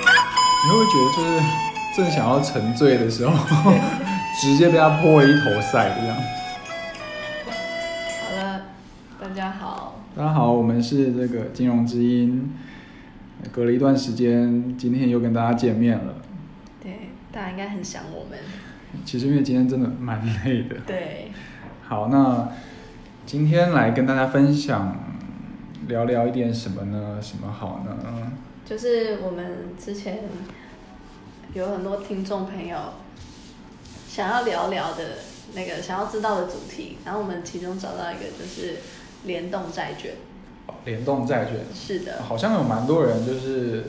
你会不会觉得就是正想要沉醉的时候， 直接被他泼了一头塞这样？好了，大家好，大家好，我们是这个金融之音，隔了一段时间，今天又跟大家见面了。对，大家应该很想我们，其实因为今天真的蛮累的。对，好，那今天来跟大家分享聊聊一点什么呢？什么好呢？就是我们之前有很多听众朋友想要聊聊的那个想要知道的主题，然后我们其中找到一个就是联动债券，联动债券，是的，好像有蛮多人就是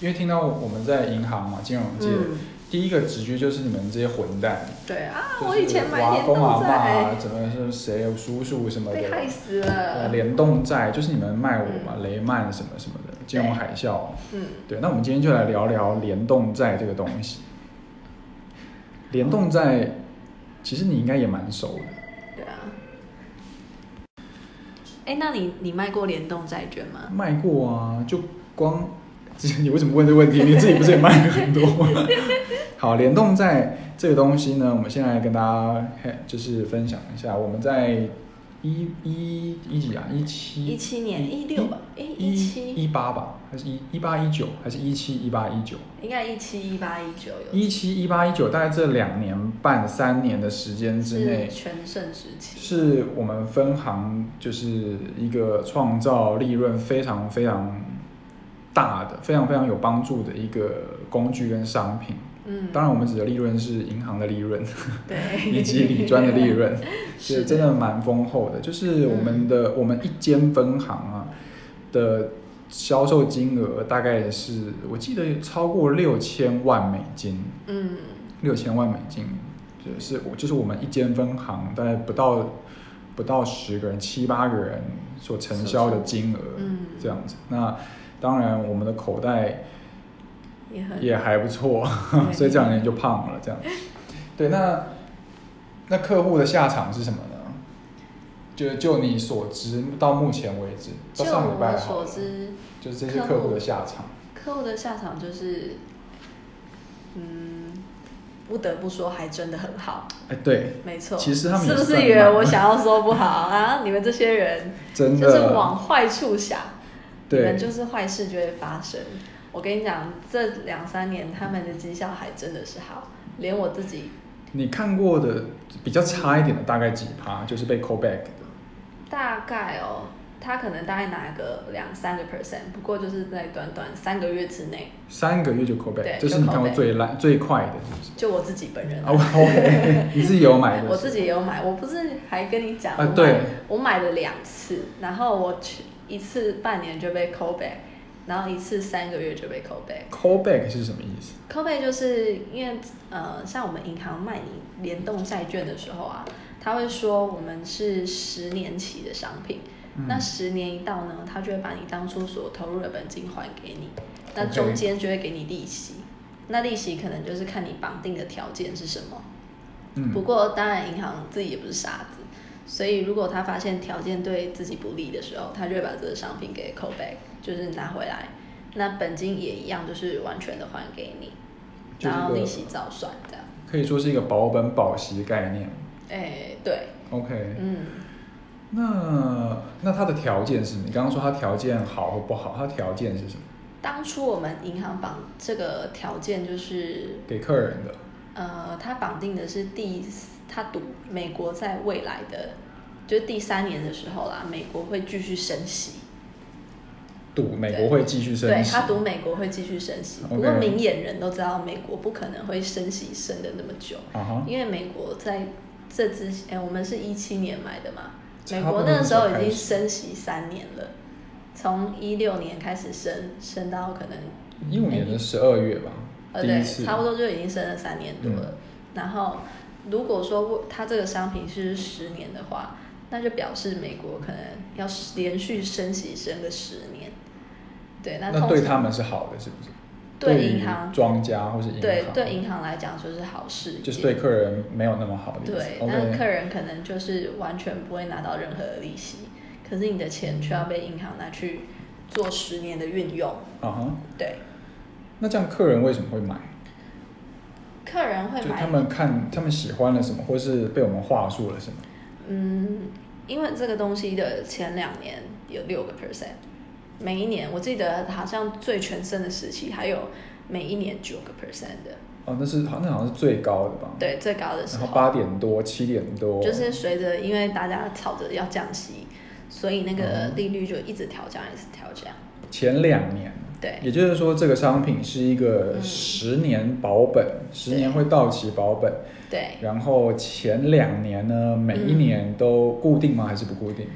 因为听到我们在银行嘛，金融界、嗯，第一个直觉就是你们这些混蛋，对啊，就我以前是啊买娃联公动阿债嬷，怎么是谁有叔叔什么被害的，死呃，了，联动债就是你们卖我嘛，雷曼什么什么的，金融对海啸。嗯，对，那我们今天就来聊聊联动债这个东西。联动债其实你应该也蛮熟的，对啊。哎，那你你卖过联动债券吗？卖过啊，就光你为什么问这个问题？你自己不是也卖了很多 吗？好，联动债这个东西呢，我们现在跟大家嘿就是分享一下，我们在一一一几啊，一七一七年一六吧，哎一七一一八吧，还是一一八一九，还是一七一八一九？应该一七一八一九有一七一八一九，大概这两年半三年的时间之内是，全盛时期，是我们分行就是一个创造利润非常非常大的、非常非常有帮助的一个工具跟商品。嗯，当然，我们指的利润是银行的利 润，对，以及理专的利 润，是是真的嗯蛮丰厚的。就是我们的、我们一间分行啊的销售金额大概是我记得超过六千万美金。 嗯，六千万美金，就是我就是我们一间分行大概不到不到十个人七八个人所承销的金额，嗯这样子。那当然我们的口袋也很也还不错，对所以这两年就胖了这样。对，那那客户的下场是什么呢？就就你所知，到目前为止，就到上礼我拜们好所了，知，就是这些客户客户的下场。客户的下场就是，嗯，不得不说还真的很好，哎，对，没错。其实他们也是不算是以为蛮我想要说不好啊？你们这些人 真就是的，往坏处想，你对们，就是坏事就会发生。我跟你讲，这两三年他们的绩效还真的是好，连我自己你看过的比较差一点的大概几趴，就是被 call back 的，大概哦，他可能大概拿个两三个 percent，不过就是在短短三个月之内，三个月就 call 对 back，这是你看过最烂最快的，是不是？就我自己本人，啊，OK，你 自己有买的？我自己也有买，我不是还跟你讲，啊，我买对，我买了两次，然后我去一次半年就被 call back，然后一次三个月就被 call back。 ，call back 是什么意思？ call back 就是因为呃，像我们银行卖你联动债券的时候啊，他会说我们是十年期的商品。嗯那十年一到呢，他就会把你当初所投入的本金还给你，那 OK 中间就会给你利息。那利息可能就是看你绑定的条件是什么。不嗯，过当然，银行自己也不是傻子，所以如果他发现条件对自己不利的时候，他就会把这个商品给 call back，就是拿回来。那本金也一样，就是完全的还给你，就是然后利一个息照算这样。可以说是一个保本保息概念。哎，对， OK，嗯，那那它的条件是什么？你刚刚说它条件好或不好，它条件是什么？当初我们银行绑这个条件就是给客人的呃，它绑定的是第四，它赌美国在未来的，就是第三年的时候啦，美国会继续升息。赌美国会继续升对息，他赌美国会继续升息， OK 不过明眼人都知道美国不可能会升息升的那么久，啊哈，因为美国在这之前，哎，我们是一七年买的嘛，差美不多国那个时候就已开经始升息三年了，从一六年开始升，升到可能一五年的十二月吧，呃第对一，次，嗯差不多就已经升了三年多了。然后如果说它这个商品是十年的话，那就表示美国可能要连续升息升个十年。对，那那通对常他们是好的，是不是？对于银行庄家或是银行，对，对银行来讲就是好事，就是对。客人没有那么好的意思。对，那 OK，客人可能就是完全不会拿到任何的利息，可是你的钱却要被银行拿去做十年的运用。啊哈，对，那这样客人为什么会买？客人会就买他们看他们喜欢了什么，或是被我们话术了什么？嗯，因为这个东西的前两年有六个 percent，每一年我记得好像最全盛的时期还有每一年九个 percent 的，哦，那是好，那好像是最高的吧？。对，最高的时哦然后候。八哦点多、七点多，就是随着因为大家吵着要降息，所以那个嗯利率就一直调降，一直调降。前两年。对也就是说，这个商品是一个嗯十年保本，十年会到期保本。对，然后前两年呢，每一嗯年都固定吗？还是不固定？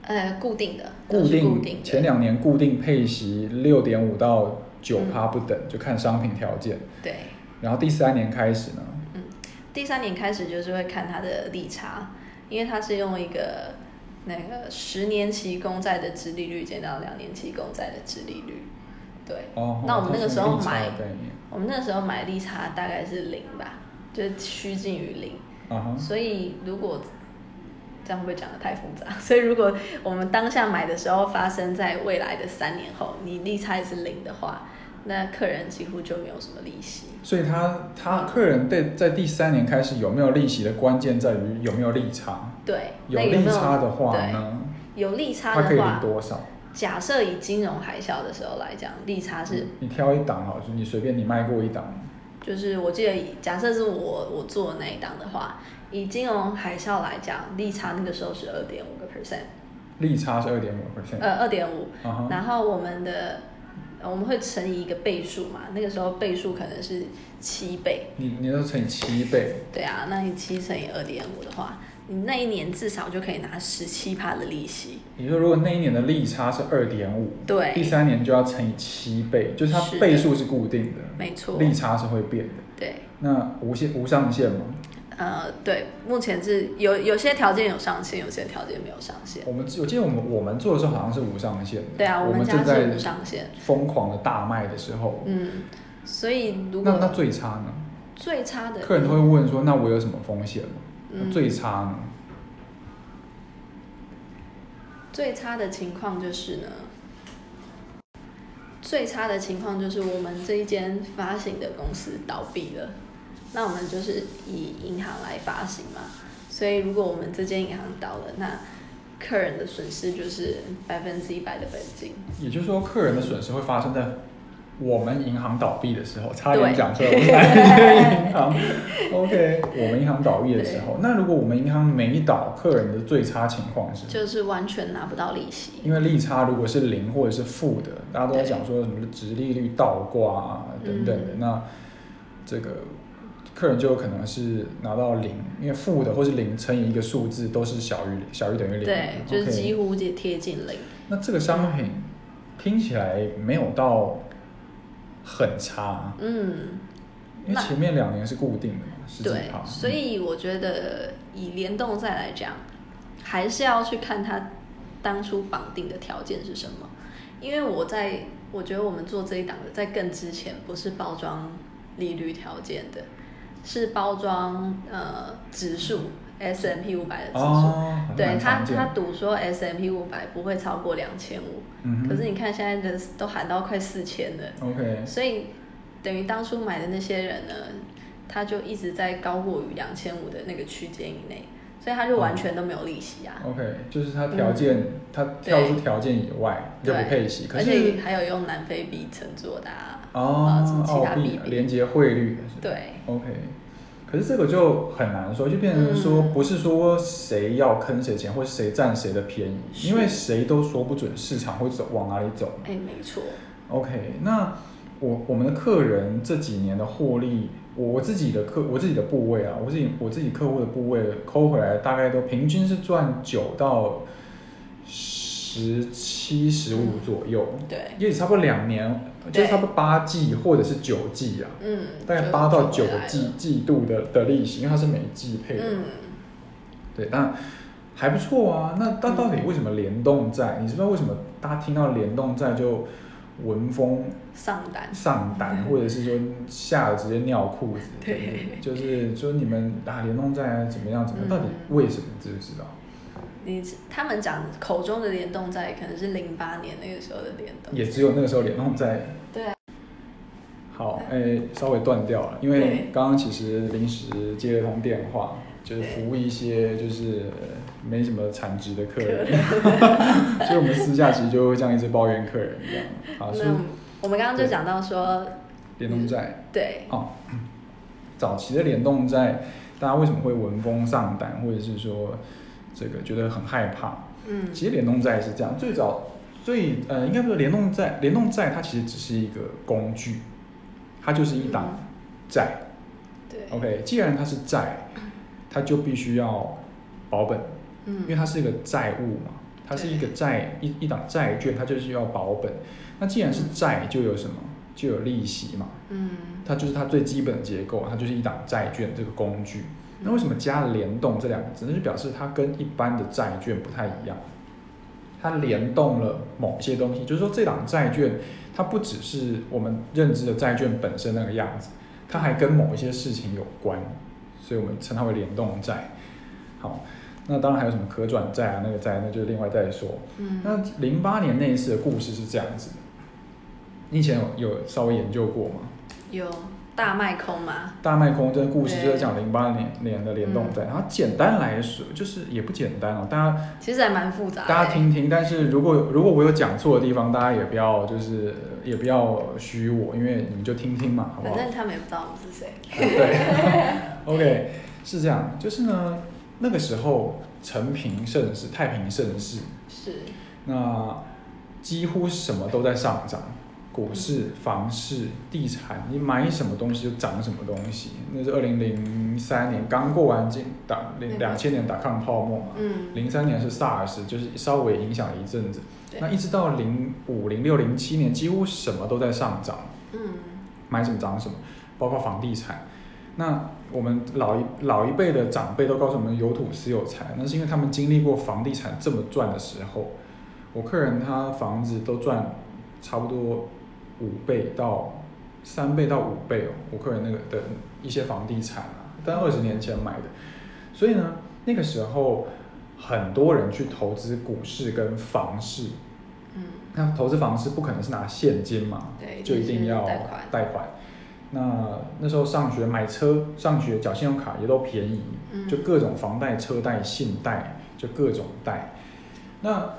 呃，固定的，固都是定，固定的前两年固定配息六点五到九嗯趴不等，就看商品条件。对，然后第三年开始呢，嗯，第三年开始就是会看它的利差，因为它是用一个那个十年期公债的殖利率减到两年期公债的殖利率，对。哦，那我们那个时它候是利差买的，概念，我们那时候买利差大概是零吧，就是趋近于零。啊哈，所以如果这样会不会讲的太复杂？ 所以如果我们当下买的时候发生在未来的三年后，你利差也是零的话，那客人几乎就没有什么利息。所以他他客人对在第三年开始有没有利息的关键在于有没有利差，对，有那有利没有差的话呢，对，有利差他可以的领话，多少？假设以金融海啸的时候来讲，利差是你挑一档好了，就你随便你卖过一档，就是我记得以，假设是我我做的那一档的话，以金融海啸来讲，利差那个时候是二点五个 percent，利差是二点五 percent，呃，二点五，啊哈，然后我们的呃我们会乘以一个倍数嘛，那个时候倍数可能是七倍，你你都乘以七倍，对啊，那你七乘以二点五的话，你那一年至少就可以拿十七趴的利息。也就是说如果那一年的利差是二点五，对第三年就要乘以七倍，就是它是的倍数是固定的，没错利差是会变的。对，那无限无上限嘛，呃，对，目前是有有些条件有上限，有些条件没有上限。我们我记得我们我们做的时候好像是无上限的，对啊，我们家正是在无上限。疯狂的大卖的时候，嗯，所以如那那果最差呢？最差的客人都会问说，那我有什么风险吗？嗯那最差呢？最差的情况就是呢，最差的情况就是我们这一间发行的公司倒闭了，那我们就是以银行来发行嘛，所以如果我们这间银行倒了，那客人的损失就是百分之一百的本金。也就是说，客人的损失会发生在我们银行倒闭的时候，差点对讲出来，我们哪一间银行 ？OK，我们银行倒闭的时候，那如果我们银行没倒，客人的最差情况是？就是完全拿不到利息，因为利差如果是零或者是负的，大家都在讲说什么直利率倒挂啊等等的，嗯那这个客人就有可能是拿到零，因为负的或是零乘以一个数字都是小于小于等于零的。对，就是 OK 几乎也贴近零。那这个商品听起来没有到很差，嗯，因为那前面两年是固定的嘛，十几对趴，，所以我觉得以联动债来讲，还是要去看它当初绑定的条件是什么。因为我在我觉得我们做这一档的，在更之前不是包装利率条件的，是包装呃指数 S M P 五百的指数。哦，好像对蛮他，常见他赌说 S M P 五百不会超过两千五，嗯哼可是你看现在的都喊到快四千了， OK，所以等于当初买的那些人呢，他就一直在高过于两千五的那个区间以内，所以他就完全都没有利息啊。 OK，就是它条件，它跳出条件以外就嗯对，不配息，可而是且还有用南非币乘做的啊，哦啊什么，其澳他币币连接汇率是对 OK，可是这个就很难说，就变成说嗯不是说谁要坑谁钱，或是谁占谁的便宜，是因为谁都说不准市场会走往哪里走。哎，没错， OK，那我我们的客人这几年的获利，我我自己的客我自己的部位啊，我自己我自己客户的部位抠回来，大概都平均是赚九到十七十五左右，对，也差不多两年，就嗯对是差不多八季或者是九季啊，嗯，大概就八到九就回来季了，季度的的利息，因为它是每季配的，嗯，对，但还不错啊。那但到底嗯为什么联动债？你知不知道为什么大家听到联动债就闻风上单，上胆，或者是说吓得直接尿裤子，嗯对就是说你们啊联动债怎么样怎么样，嗯到底为什么知不知道？你他们讲口中的联动嗯债，可能是零八年那个时候的联动，啊也只有那个时候联动债。对啊，好，诶，稍微断掉了，因对为刚刚其实临时接了通电话，就是服务一些就是没什么产值的客人， 所以我们私下其实就会这样一直抱怨客人这样。好，是那我们刚刚就讲到说，联动债对，哦，早期的联动债，大家为什么会闻风丧胆，或者是说这个觉得很害怕？嗯，其实联动债是这样，最早最呃，应该说联动债，联动债它其实只是一个工具，它就是一档哦债。嗯对， OK，既然它是债，它就必须要保本，因为嗯，它是一个债务嘛，它是一个债一一档债券，它就是要保本。那既然是债，就有什么？就有利息嘛，嗯，它就是它最基本的结构，它就是一档债券这个工具。嗯那为什么加了联动这两个字？那就表示它跟一般的债券不太一样，它联动了某些东西。就是说，这档债券它不只是我们认知的债券本身那个样子，它还跟某一些事情有关，所以我们称它为联动债。好，那当然还有什么可转债啊，那个债那就另外再说。嗯，那零八年那一次的故事是这样子的，你以前有有稍微研究过吗？有大卖空嘛，大卖空这个故事就是讲零八年年的联动债，然后简单来说就是也不简单哦，大家其实还蛮复杂的，欸大家听听，但是如果如果我有讲错的地方，大家也不要就是也不要虚我，因为你们就听听嘛，好不反好？正他们也不知道我们是谁，对，OK，是这样，就是呢那个时候承平盛世，太平盛世，是，那几乎什么都在上涨，股市、房市、地产，你买什么东西就涨什么东西。那是二零零三年刚过完这打那零个两千年打抗泡沫嘛，嗯，零三年是 SARS，就是稍微影响了一阵子。对那一直到零五、零六、零七年，几乎什么都在上涨，嗯，买什么涨什么，包括房地产。那我们老一老一辈的长辈都告诉我们有土斯有财，那是因为他们经历过房地产这么赚的时候。我客人他房子都赚差不多五倍到三倍到五倍哦，我客人那个的一些房地产啊，但二十年前买的，所以呢，那个时候很多人去投资股市跟房市，嗯，那投资房是不可能是拿现金嘛，对就一定要一定是贷款贷款。那那时候上学买车、上学缴信用卡也都便宜，嗯就各种房贷、车贷、信贷，就各种贷。那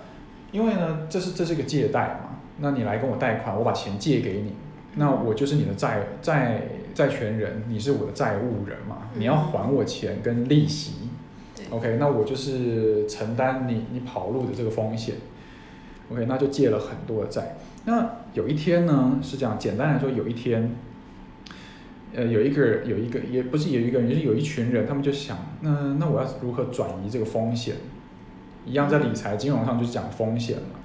因为呢，这是这是个借贷嘛，那你来跟我贷款，我把钱借给你，那我就是你的债债债权人，你是我的债务人嘛，你要嗯还我钱跟利息。对， OK，那我就是承担你你跑路的这个风险。OK，那就借了很多的债。那有一天呢，是这样，简单来说，有一天，呃，有一个有一个也不是有一个人，就是有一群人，他们就想，那那我要如何转移这个风险？一样在理财金融上就是讲风险嘛。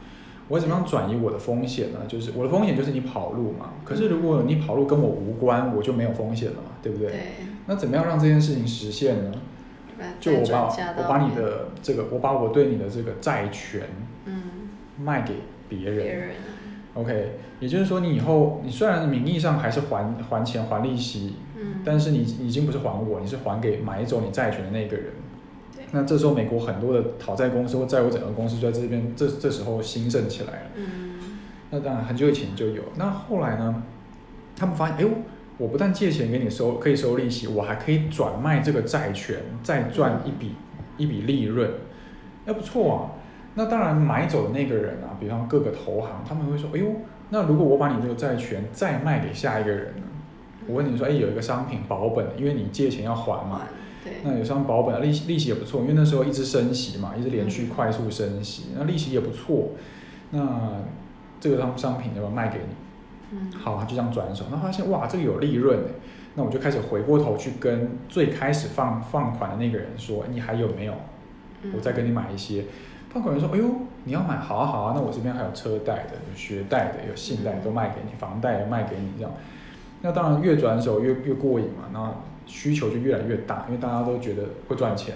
我怎么样转移我的风险呢？就是我的风险就是你跑路嘛。可是如果你跑路跟我无关，我就没有风险了嘛，对不对？对，那怎么样让这件事情实现呢？把它就我再把转嫁我到把你，的这个，我把我对你的这个债权嗯，卖给别人。别人，啊 OK，也就是说，你以后你虽然名义上还是还还钱还利息，嗯，但是你已经不是还我，你是还给买走你债权的那个人对。那这时候，美国很多的讨债公司或债务整合公司就在这边这这时候兴盛起来了。嗯，那当然很久以前就有。那后来呢，他们发现，哎呦，我不但借钱给你收，可以收利息，我还可以转卖这个债权，再赚一笔、一笔利润，那不错啊。那当然，买走的那个人啊，比方各个投行，他们会说，哎呦，那如果我把你这个债权再卖给下一个人呢？我问你说，哎，有一个商品保本，因为你借钱要还嘛，还，嗯对，那有像保本利息利息也不错，因为那时候一直升息嘛，一直连续快速升息，那利息也不错。那这个商商品要不要卖给你？嗯，好，他就这样转手，那发现哇，这个有利润哎，那我就开始回过头去跟最开始放放款的那个人说，你还有没有？嗯我再跟你买一些。放款人说，哎呦，你要买，好啊好啊，那我这边还有车贷的，有学贷的，有信贷嗯都卖给你，房贷也卖给你这样。那当然越转手越越过瘾嘛，那需求就越来越大，因为大家都觉得会赚钱，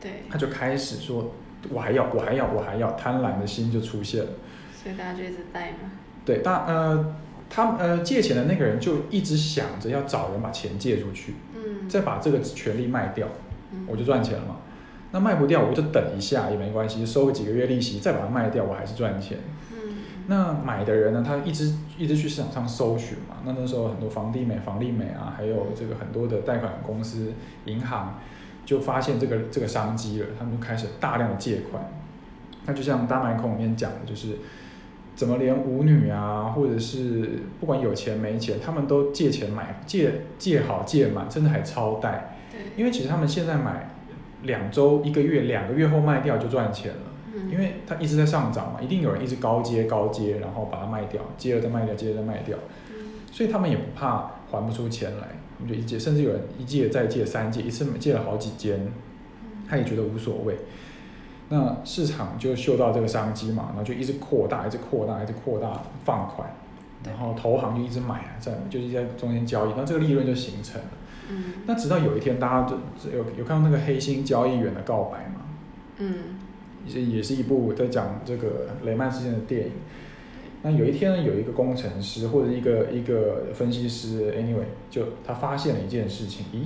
对，他就开始说我还要，我还要，我还要，贪婪的心就出现了。所以大家就一直带嘛，对，大呃，他呃借钱的那个人就一直想着要找人把钱借出去，嗯，再把这个权利卖掉，嗯我就赚钱了嘛。那卖不掉，我就等一下也没关系，收个几个月利息，再把它卖掉，我还是赚钱。嗯那买的人呢，他一直一直去市场上搜寻嘛。那那时候很多房地美、房利美啊，还有这个很多的贷款公司、银行，就发现这个这个商机了，他们就开始大量的借款。那就像《大麦空》里面讲的，就是怎么连舞女啊，或者是不管有钱没钱，他们都借钱买，借借好借满，甚至还超贷。对，因为其实他们现在买两周、一个月、两个月后卖掉就赚钱了。嗯因为它一直在上涨嘛，一定有人一直高接高接，然后把它卖掉，接了再卖掉，接了再卖掉，嗯所以他们也不怕还不出钱来，我们就一借，甚至有人一借再借三借，一次借了好几间，嗯他也觉得无所谓。那市场就嗅到这个商机嘛，然后就一直扩大，一直扩大，一直扩大放款，然后投行就一直买啊，在就是在中间交易，那这个利润就形成了。嗯那直到有一天，大家就有有看到那个黑心交易员的告白嘛，嗯也也是一部在讲这个雷曼事件的电影。那有一天呢，有一个工程师或者一个一个分析师，anyway，就他发现了一件事情，咦，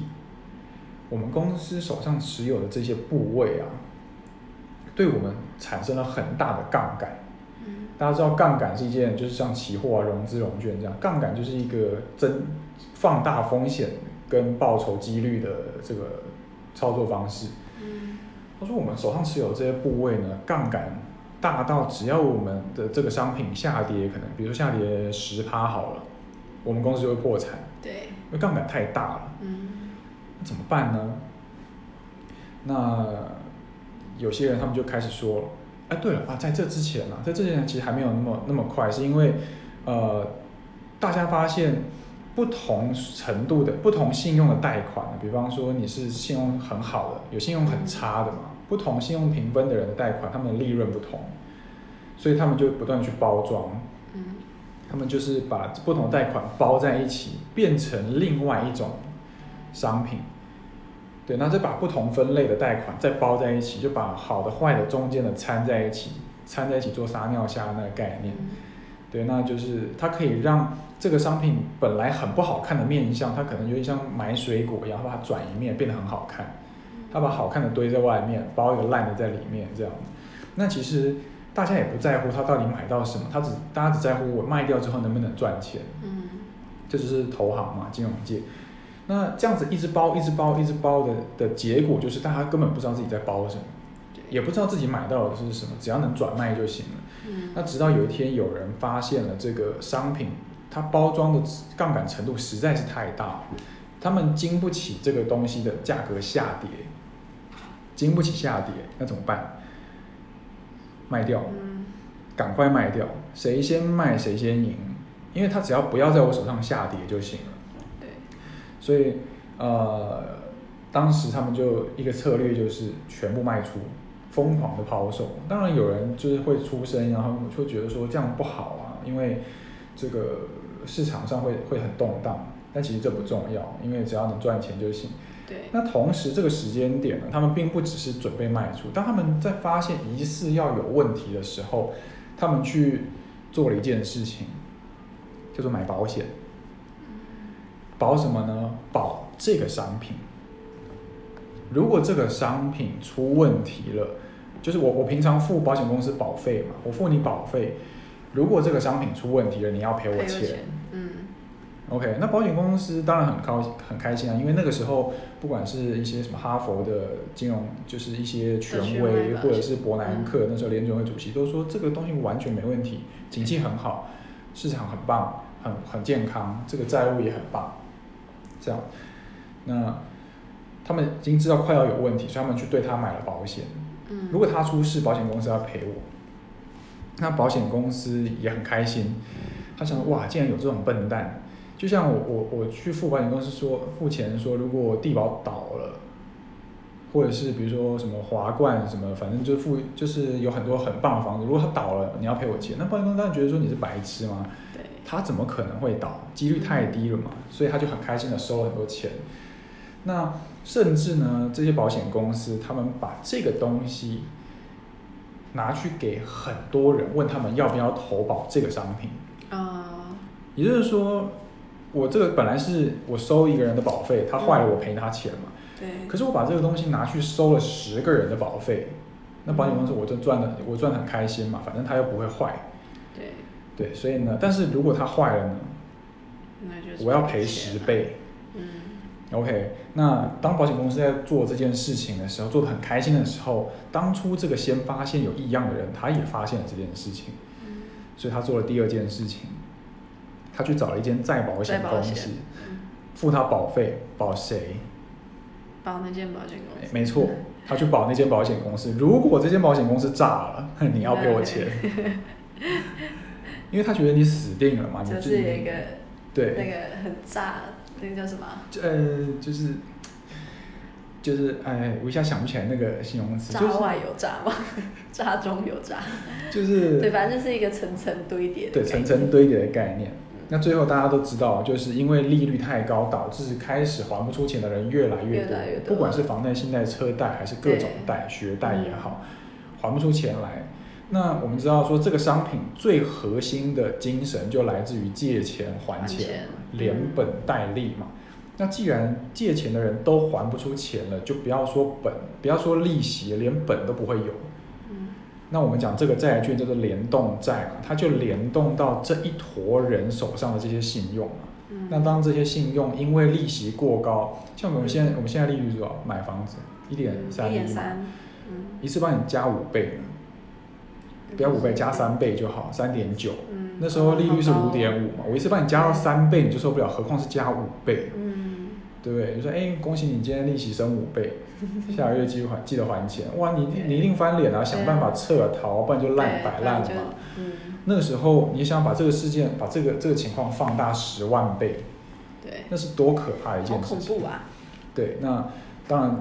我们公司手上持有的这些部位啊，对我们产生了很大的杠杆。嗯大家知道杠杆是一件，就是像期货啊、融资、融券这样，杠杆就是一个增放大风险跟报酬几率的这个操作方式。嗯他说我们手上持有这些部位呢，杠杆大到只要我们的这个商品下跌，可能比如说下跌十趴好了，我们公司就会破产，对，因为杠杆太大了，嗯那怎么办呢？那有些人他们就开始说，哎，对了啊，在这之前啊，在这之前其实还没有那么那么快，是因为呃，大家发现不同程度的不同信用的贷款，啊比方说你是信用很好的，有信用很差的嘛，不同信用评分的人的贷款，他们的利润不同，所以他们就不断地去包装，嗯他们就是把不同贷款包在一起，变成另外一种商品。对，那再把不同分类的贷款再包在一起，就把好的、坏的、中间的掺在一起，掺在一起做撒尿虾那个概念。嗯对，那就是它可以让这个商品本来很不好看的面相，它可能有点像买水果一样，把它转一面变得很好看。嗯它把好看的堆在外面，包一个烂的在里面，这样子。那其实大家也不在乎它到底买到什么，它只大家只在乎我卖掉之后能不能赚钱，嗯这就是投行嘛，金融界。那这样子一直包、一直包、一直包的的结果，就是大家根本不知道自己在包什么，对，也不知道自己买到的是什么，只要能转卖就行了。嗯那直到有一天有人发现了这个商品，它包装的杠杆程度实在是太大了，他们经不起这个东西的价格下跌，经不起下跌，那怎么办？卖掉，嗯赶快卖掉，谁先卖谁先赢，因为它只要不要在我手上下跌就行了。对，所以呃，当时他们就一个策略就是全部卖出，疯狂的抛售。当然有人就是会出声，然后就觉得说这样不好啊，因为这个市场上会会很动荡。但其实这不重要，因为只要能赚钱就行。对，那同时这个时间点呢，他们并不只是准备卖出，当他们在发现疑似要有问题的时候，他们去做了一件事情，叫做买保险。保什么呢？保这个商品。如果这个商品出问题了，就是我我平常付保险公司保费嘛，我付你保费。如果这个商品出问题了，你要赔赔我我钱。，嗯 OK，那保险公司当然很高很开心啊，因为那个时候不管是一些什么哈佛的金融，就是一些权权威威吧或者是伯南克，那时候联准会主席都说这个东西完全没问题，景气很好，市场很棒，很很健康，这个债务也很棒，这样，那他们已经知道快要有问题，所以他们去对他买了保险。嗯，如果他出事，保险公司要赔我。那保险公司也很开心，他想哇，竟然有这种笨蛋！就像我我我去付保险公司说付钱说，如果地保倒了，或者是比如说什么华冠什么，反正就付就是有很多很棒的房子，如果它倒了，你要赔我钱。那保险公司当然觉得说你是白痴吗？对，它怎么可能会倒？几率太低了嘛，所以他就很开心的收了很多钱。那甚至呢，这些保险公司他们把这个东西拿去给很多人，问他们要不要投保这个商品。啊，也就是说，我这个本来是我收一个人的保费，他坏了我赔他钱嘛。对，可是我把这个东西拿去收了十个人的保费，那保险公司我就赚的，我赚的很开心嘛，反正他又不会坏。对，对，所以呢，但是如果它坏了呢，那就是我要赔赔钱十啊。倍。嗯 OK，那当保险公司在做这件事情的时候，做得很开心的时候，当初这个先发现有异样的人，他也发现了这件事情，嗯所以他做了第二件事情，他去找了一间再保险再保公险司，嗯，付他保费，保谁？保那间保险公司。没错，他去保那间保险公司。如果这间保险公司炸了， 你要给我钱， 因为他觉得你死定了嘛，你就是有一个对那个很炸，那个叫什么？呃，就是就是哎，我一下想不起来那个形容词，炸就是外有炸吗？ 炸中有炸，就是对，反正就是一个层层堆叠的对概层念。层堆叠的概念。那最后大家都知道，就是因为利率太高，导致开始还不出钱的人越来越多，越来越多嗯不管是房贷、信贷、车贷，还是各种贷、学贷也好，还不出钱来。那我们知道说，这个商品最核心的精神就来自于借钱还还钱，钱嗯连本带利嘛。那既然借钱的人都还不出钱了，就不要说本，不要说利息，连本都不会有。嗯那我们讲这个债券叫做联动债嘛，它就联动到这一坨人手上的这些信用嘛。嗯，那当这些信用因为利息过高，像我们现在我们现在利率是多少？买房子一点三一点一嘛，三，嗯，一次帮你加五倍呢，不要五倍，加三倍就好，三点九。嗯，那时候利率是好五高哦点，五嘛，我一次帮你加到三倍你就受不了，何况是加五倍，嗯，对不对？你说哎、恭喜你今天利息升五 倍，下个月记得还记得还钱，哇，你一定你一定翻脸啊，想办法撤逃，不然就烂对摆不烂然了就嘛。嗯，那个时候，你想把这个事件、把这个这个情况放大十万倍，对，那是多可怕的一好件事恐情！怖啊！对，那当然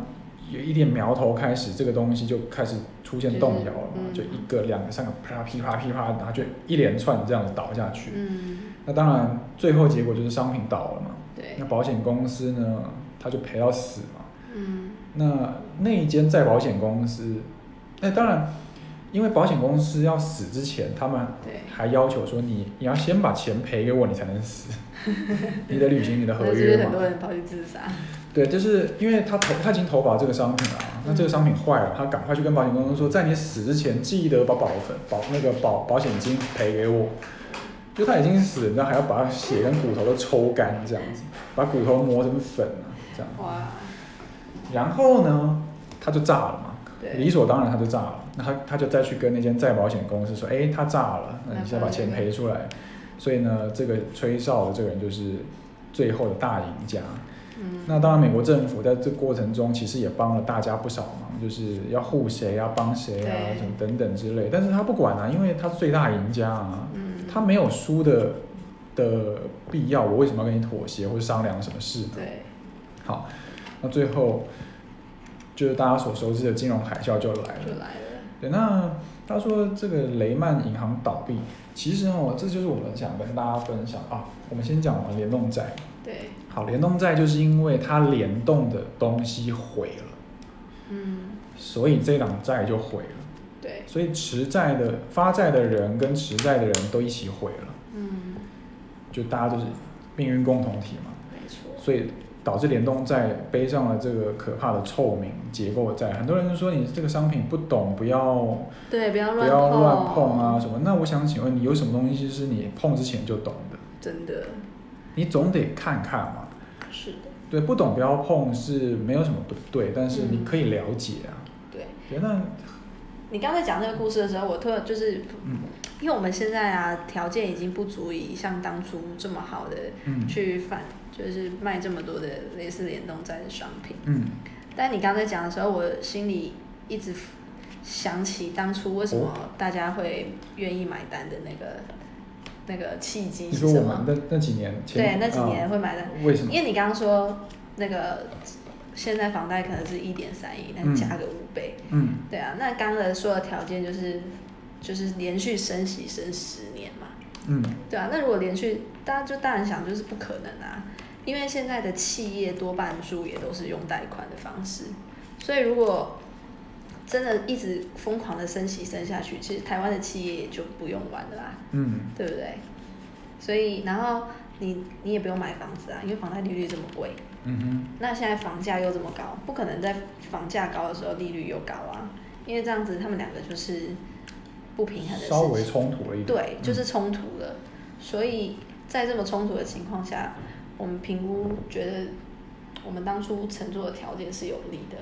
有一点苗头开始，这个东西就开始出现动摇了嘛，就就是嗯一个、两个、三个，啪噼啪噼啪，然后就一连串这样子倒下去。嗯，那当然，最后结果就是商品倒了嘛。对那，保险公司呢，他就赔到死嘛。嗯那那一间再保险公司，那当然，因为保险公司要死之前，他们对，还要求说你你要先把钱赔给我，你才能 死，你得履行你的合那是约不是很多嘛。人跑去自杀？对，就是因为他投他已经投保这个商品了啊，那这个商品坏了，他赶快去跟保险公司说，在你死之前记得把保费保那个保保险金赔给我。就他已经死了，你知道还要把血跟骨头都抽干这样子，把骨头磨成粉啊这样。哇，然后呢，他就炸了嘛，对，理所当然他就炸了。那他他就再去跟那间再保险公司说，哎，他炸了，那你先把钱赔出来。所以呢，这个吹哨的这个人就是最后的大赢家。嗯，那当然，美国政府在这过程中其实也帮了大家不少忙，就是要护谁啊，帮谁啊，对什么等等之类。但是他不管啊，因为他最大赢家啊，嗯，他没有输的的必要，我为什么要跟你妥协或者商量什么事呢？对，好，那最后就是大家所熟知的金融海啸就来就了。来了，对，那他说这个雷曼银行倒闭，其实哦，这就是我们想跟大家分享啊。我们先讲完联动债，对，好，联动债就是因为它联动的东西毁了，嗯，所以这档债就毁了，对，所以持债的发债的人跟持债的人都一起毁了，嗯，就大家都是命运共同体嘛。没错，所以导致联动债背上了这个可怕的臭名——结构债。很多人说你这个商品不懂，不要对，不要不乱哦要乱碰啊，什么。那我想请问你，有什么东西是你碰之前就懂的？真的你总得看看嘛。是的，对，不懂不要碰是没有什么不对，但是你嗯可以了解啊。对。对，那你刚才讲这个故事的时候，我特就是嗯因为我们现在啊，条件已经不足以像当初这么好的嗯去贩，就是卖这么多的类似联动债的商品。嗯，但你刚才讲的时候，我心里一直想起当初为什哦么大家会愿意买单的那个那个契机你是说什我们么？那那几年前对，那几年啊会买单，为什么？因为你刚刚说那个现在房贷可能是一点三亿，但嗯加个五倍，嗯对啊，那刚才说的条件就是就是连续升息升十年嘛，嗯对啊，那如果连续，大家就当然想就是不可能啊，因为现在的企业多半数也都是用贷款的方式，所以如果真的一直疯狂的升息升下去，其实台湾的企业也就不用玩了啦，啊嗯对不对？所以然后你你也不用买房子啊，因为房贷利率这么贵，嗯哼那现在房价又这么高，不可能在房价高的时候利率又高啊，因为这样子他们两个就是不平衡的事稍微情，冲突了一点。对，就是嗯冲突了。所以在这么冲突的情况下，我们评估觉得我们当初乘坐的条件是有利的，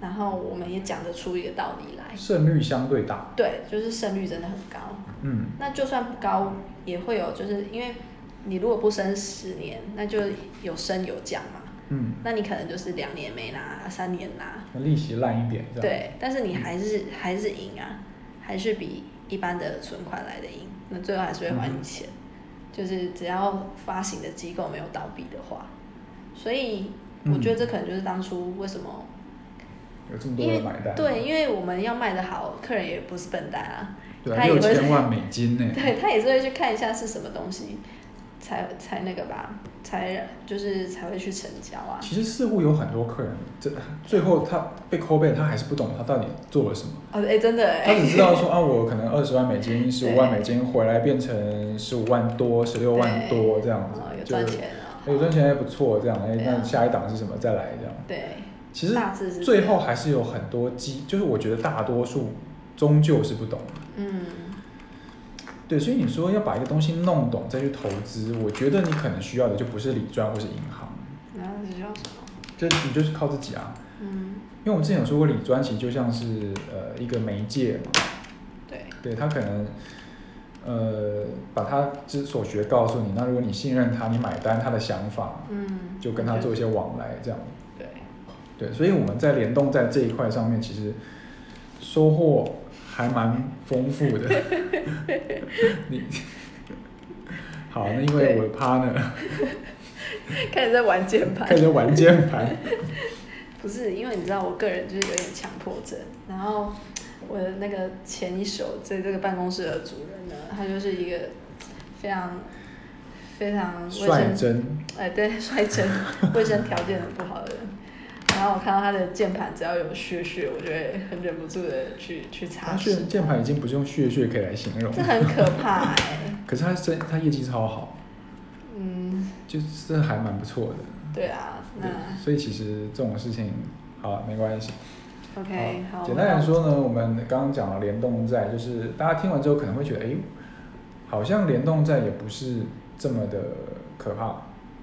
然后我们也讲得出一个道理嗯来。胜率相对大。对，就是胜率真的很高。嗯，那就算不高，也会有，就是因为你如果不升十年，那就有升有降嘛。嗯，那你可能就是两年没拿，三年拿，那利息烂一点，这样。，对，但是你还是还是赢啊，还是比一般的存款来的赢。那最后还是会还你嗯钱，就是只要发行的机构没有倒闭的话。所以我觉得这可能就是当初为什么，有这么多因为的买单。对，因为我们要卖的好，客人也不是笨蛋 啊，对啊，他也六会千万美金呢。对他也是会去看一下是什么东西，才才那个吧，才就是才会去成交啊。其实似乎有很多客人，这最后他被扣背，他还是不懂他到底做了什么。哦，哎、真的哎、他只知道说啊，我可能二十万美金、十五万美金回来变成十五万多、十六万多这样子哦，，有就赚钱啊，哎有赚钱还不错，这样哎，对啊那下一档是什么？再来这样。对，其实大致是这样最后还是有很多机，就是我觉得大多数终究是不懂的。嗯，对，所以你说要把一个东西弄懂再去投资，我觉得你可能需要的就不是理专或是银行，然后只需要什么？就你就是靠自己啊。嗯，因为我们之前有说过，理专其实就像是呃一个媒介嘛，对，对他可能呃把他之所学告诉你，那如果你信任他，你买单他的想法，嗯，就跟他做一些往来这样。对， 对，所以我们在联动在这一块上面，其实收获还蛮丰富的。 你好，那因为对我的 partner 开始在玩键盘开，始玩键盘，不是因为你知道我个人就是有点强迫症，然后我的那个前一手在这个办公室的主人呢，他就是一个非常 非常卫率生真，哎，对，摔 针，卫生条件很不好的人。然后我看到他的键盘只要有血血，我就会很忍不住的去去擦他拭键，键盘已经不是用血血可以来形容这，很可怕哎、可是他生他业绩超好，嗯，就是还蛮不错的。对啊，对，那所以其实这种事情，好没关系。 OK 好，简单来说呢，我们刚刚讲了联动债，就是大家听完之后可能会觉得，哎，好像联动债也不是这么的可怕。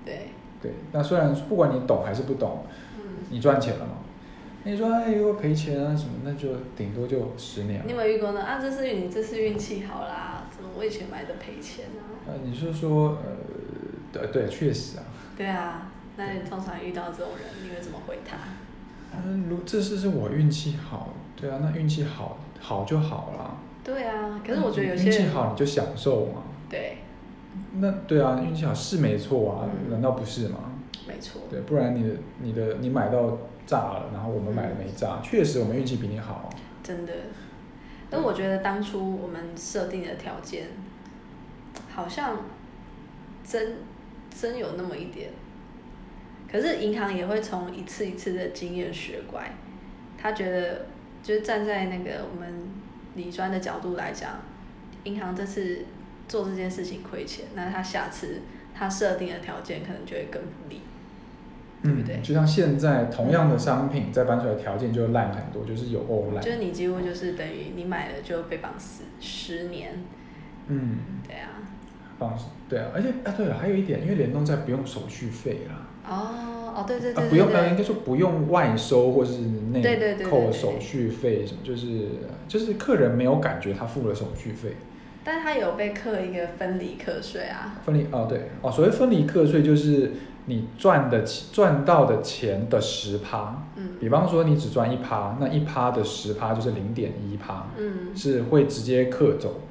对，对，那虽然不管你懂还是不懂，嗯，你赚钱了嘛。你说哎，如果赔钱啊什么，那就顶多就十年你有了。没有遇过呢？啊，这是你这次运气好啦，怎么我以前买的赔钱啊？呃，你是说呃，对对，确实啊，对啊，那你通常遇到这种人，你会怎么回他？嗯，如这次是我运气好，对啊，那运气好好就好啦。对啊，可是我觉得有运些气人好你就享受嘛。对，那对啊，运气好是没错啊，嗯难道不是吗？没错，对，不然你的你的你买到炸了，然后我们买了没炸，嗯确实我们运气比你好。真的。但我觉得当初我们设定的条件，好像真真有那么一点。可是银行也会从一次一次的经验学乖，他觉得就是站在那个我们理专的角度来讲，银行这次做这件事情亏钱，那他下次他设定的条件可能就会更不利。对不对嗯就像现在同样的商品，再搬出来条件就烂很多，就是有欧烂就。是你几乎就是等于你买了就被绑死十年，嗯，对啊，放对啊，而且啊对了，还有一点，因为联动债不用手续费啦，哦哦，对对啊对对不用呃应对该说不用外收或是内对对对对扣对手续费什么，就是就是客人没有感觉他付了手续费。但是他有被课一个分离课税啊，分离哦，对哦，所谓分离课税就是你赚的钱赚到的钱的十趴，嗯比方说你只赚一趴，那一趴的十趴就是零点一趴，嗯，是会直接克走，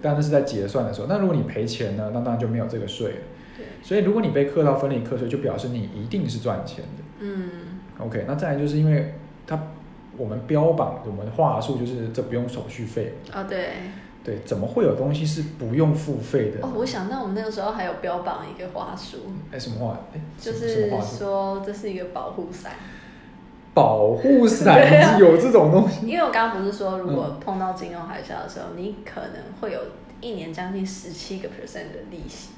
但那是在结算的时候。那如果你赔钱呢，那当然就没有这个税了。对，所以如果你被克到分离课税，就表示你一定是赚钱的。嗯 OK，那再来就是因为它我们标榜我们的话术就是这不用手续费，哦对，对，怎么会有东西是不用付费的？哦我想到我们那个时候还有标榜一个话术，哎，什么话？哎，就什么什是么话术？说这是一个保护伞，保护对啊伞有这种东西？因为我刚刚不是说如嗯果碰到金融海啸的时候，你可能会有一年将近十七个 percent 的利息，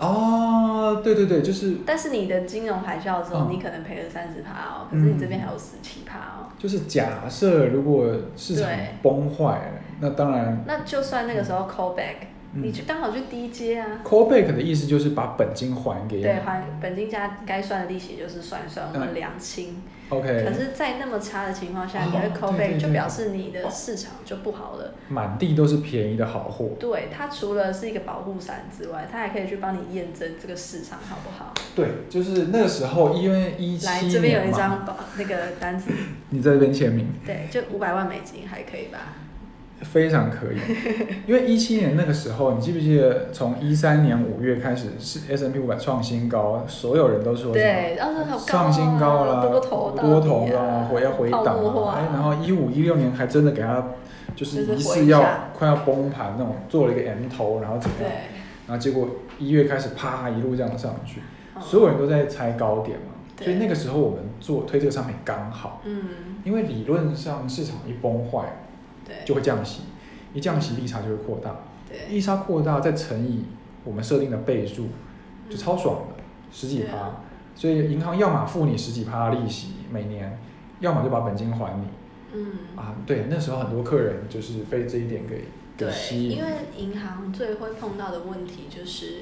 哦，对对对，就是但是你的金融海啸的时候，嗯你可能赔了三十趴哦，可是你这边还有十七趴哦，就是假设如果市场对崩坏了，那当然那就算那个时候 call back，、嗯你就刚好去低阶啊， ，call back 的意思就是把本金还给你。对，还本金加该算的利息就是算一算，我们良心。 OK。可是，在那么差的情况下，嗯哦你会对 call 对 back，对就表示你的市场就不好了。满地都是便宜的好货。对，它除了是一个保护伞之外，它还可以去帮你验证这个市场好不好。对，就是那个时候，因为一来，七这边有年一嘛，张保那个单子，你在这边签名对，就五百万美金还可以吧？非常可 以，因为一七年那个时候，你记不记得从一三年五月开始是 S M P 五百创新高，所有人都说什么对，然后好高啊创新高啦，多头到底啊多头啦，回要回档泡沫啊，化哎，然后一五一六年还真的给它就是就是疑回似一下要快要崩盘那种，做了一个 M 头，然后怎么样？对，然后结果一月开始啪一路这样上去，嗯所有人都在猜高点嘛，对所以那个时候我们做推这个商品刚好，嗯，因为理论上市场一崩坏对，就会降息，一降息利差就会扩大，对，利差扩大再乘以我们设定的倍数，就超爽的，十几对趴啊。所以银行要么付你十几趴利息每年，要么就把本金还你嗯，啊。对，那时候很多客人就是被这一点给给对，吸引因为银行最会碰到的问题就是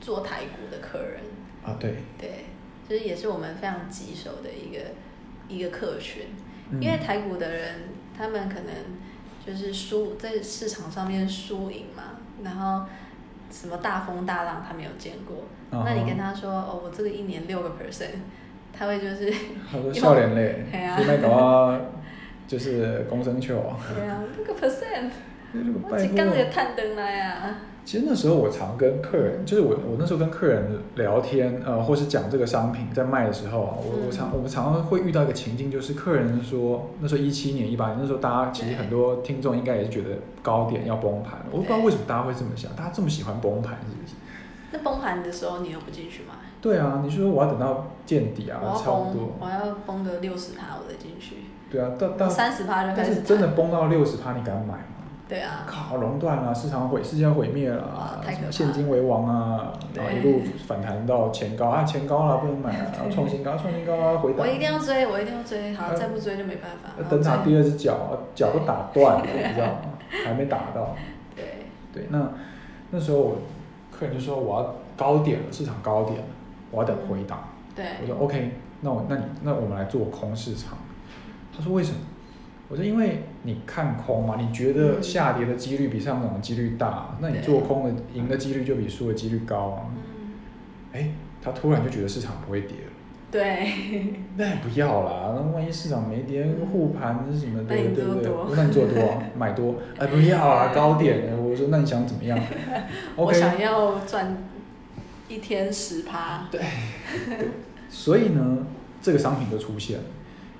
做台股的客人，啊，对，对，就是也是我们非常棘手的一个一个客群，嗯因为台股的人他们可能就是输在市场上面输赢嘛，然后什么大风大浪他没有见过，啊哈那你跟他说哦，我这个一年六个 percent，他会就是 他说笑脸嘞，嘿啊你卖搞 啊，就是公生球啊。对啊，六个 percent，那这个我拜只刚托也探灯来啊，其实那时候我常跟客人，就是我我那时候跟客人聊天，呃，或是讲这个商品在卖的时候啊，我嗯我常我们常常会遇到一个情境，就是客人说，那时候一七年、一八年，那时候大家其实很多听众应该也是觉得高点要崩盘，我不知道为什么大家会这么想，大家这么喜欢崩盘是不是？那崩盘的时候你又不进去吗？对啊，你说我要等到见底啊我，要差不多崩，，我要崩个六十趴，我再进去。对啊，到到三十趴就开但始是谈真的崩到六十趴，你敢买吗？对啊，靠，熔断了、市场毁，世界要毁灭了、啊哇太可什怕么了现金为王啊，然后对一路反弹到前高啊，前高了、不能买 啊，然后创新高，创新高啊，回档我，一定要追，我一定要追，好，呃再不追就没办法。然后灯塔追第二只脚，脚都打断了，你知道吗？还没打到。对，对，那那时候我客人就说我要高点了，市场高点了，我要等回档。我对，说 OK，那我那你那我们来做空市场。他说为什么？我说因为你看空嘛，你觉得嗯下跌的几率比上涨的几率大，那你对做空的赢的几率就比输的几率高啊。嗯，哎，他突然就觉得市场不会跌了，对，那也不要啦，那万一市场没跌，护盘什么的，那你对不做对？多我说那你做多啊，买 多，哎，不要啊，高点。我说那你想怎么样我？OK，想要赚一天十趴，对，对所以呢，这个商品就出现了。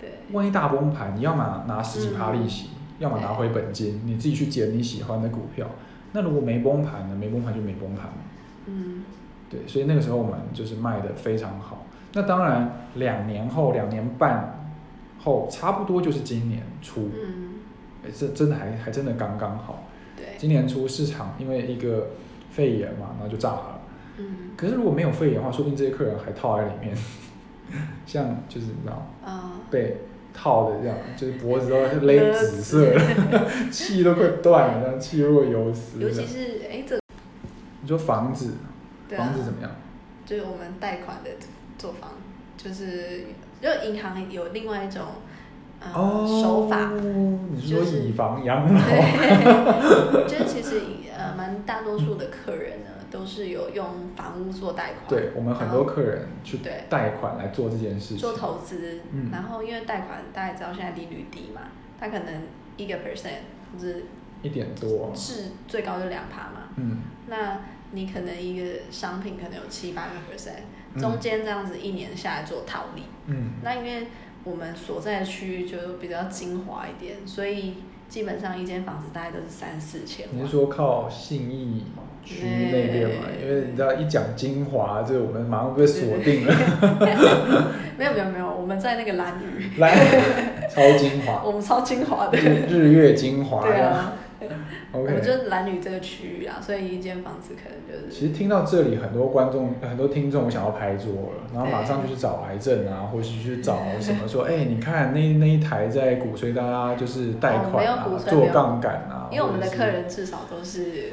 对，万一大崩盘，你要么拿十几趴利息，要么拿回本金，你自己去捡你喜欢的股票。那如果没崩盘呢？没崩盘就没崩盘。嗯，对，所以那个时候我们就是卖的非常好。那当然，两年后、两年半后，差不多就是今年初，嗯，诶这真的还还真的刚刚好。对，今年初市场因为一个肺炎嘛，然后就炸了。嗯，可是如果没有肺炎的话，说不定这些客人还套在里面， 像就是你知道，啊，被套的这样，就是脖子都勒紫色了， 气都快断了，这样气若游丝。尤其是哎，这你说房子，对啊房子怎么样？就是我们贷款的做房，就是就银行有另外一种呃哦，手法，你说就是以房养老，对， 就是其实呃，蛮大多数的客人呢，都是有用房屋做贷 款，对我们很多然后客人去对贷款来做这件事情，做投资，嗯然后因为贷款大家也知道现在利率低嘛，他可能一个 percent 或者一点多，至最高就两趴嘛，嗯，那你可能一个商品可能有七八个 percent，嗯中间这样子一年下来做套利，嗯，那因为我们所在的区域就比较精华一点，所以基本上一间房子大概都是三四千你万是。说靠信义区那边嘛？对因为你知道一讲精华，这我们马上被锁定了， 没有没有没有，我们在那个 蓝屿， 来，超精华， 我们超精华的。日日月精华，对啊，我们 OK，就是蓝屿这个区域啊，所以一间房子可能就是其实听到这里，很多观众、很多听众想要拍桌了，然后马上就去找癌症啊，或是去找什么 说，哎、你看那那一台在鼓吹大家就是贷款啊、哦没有鼓吹做杠杆啊，因为我们的或者是客人至少都是，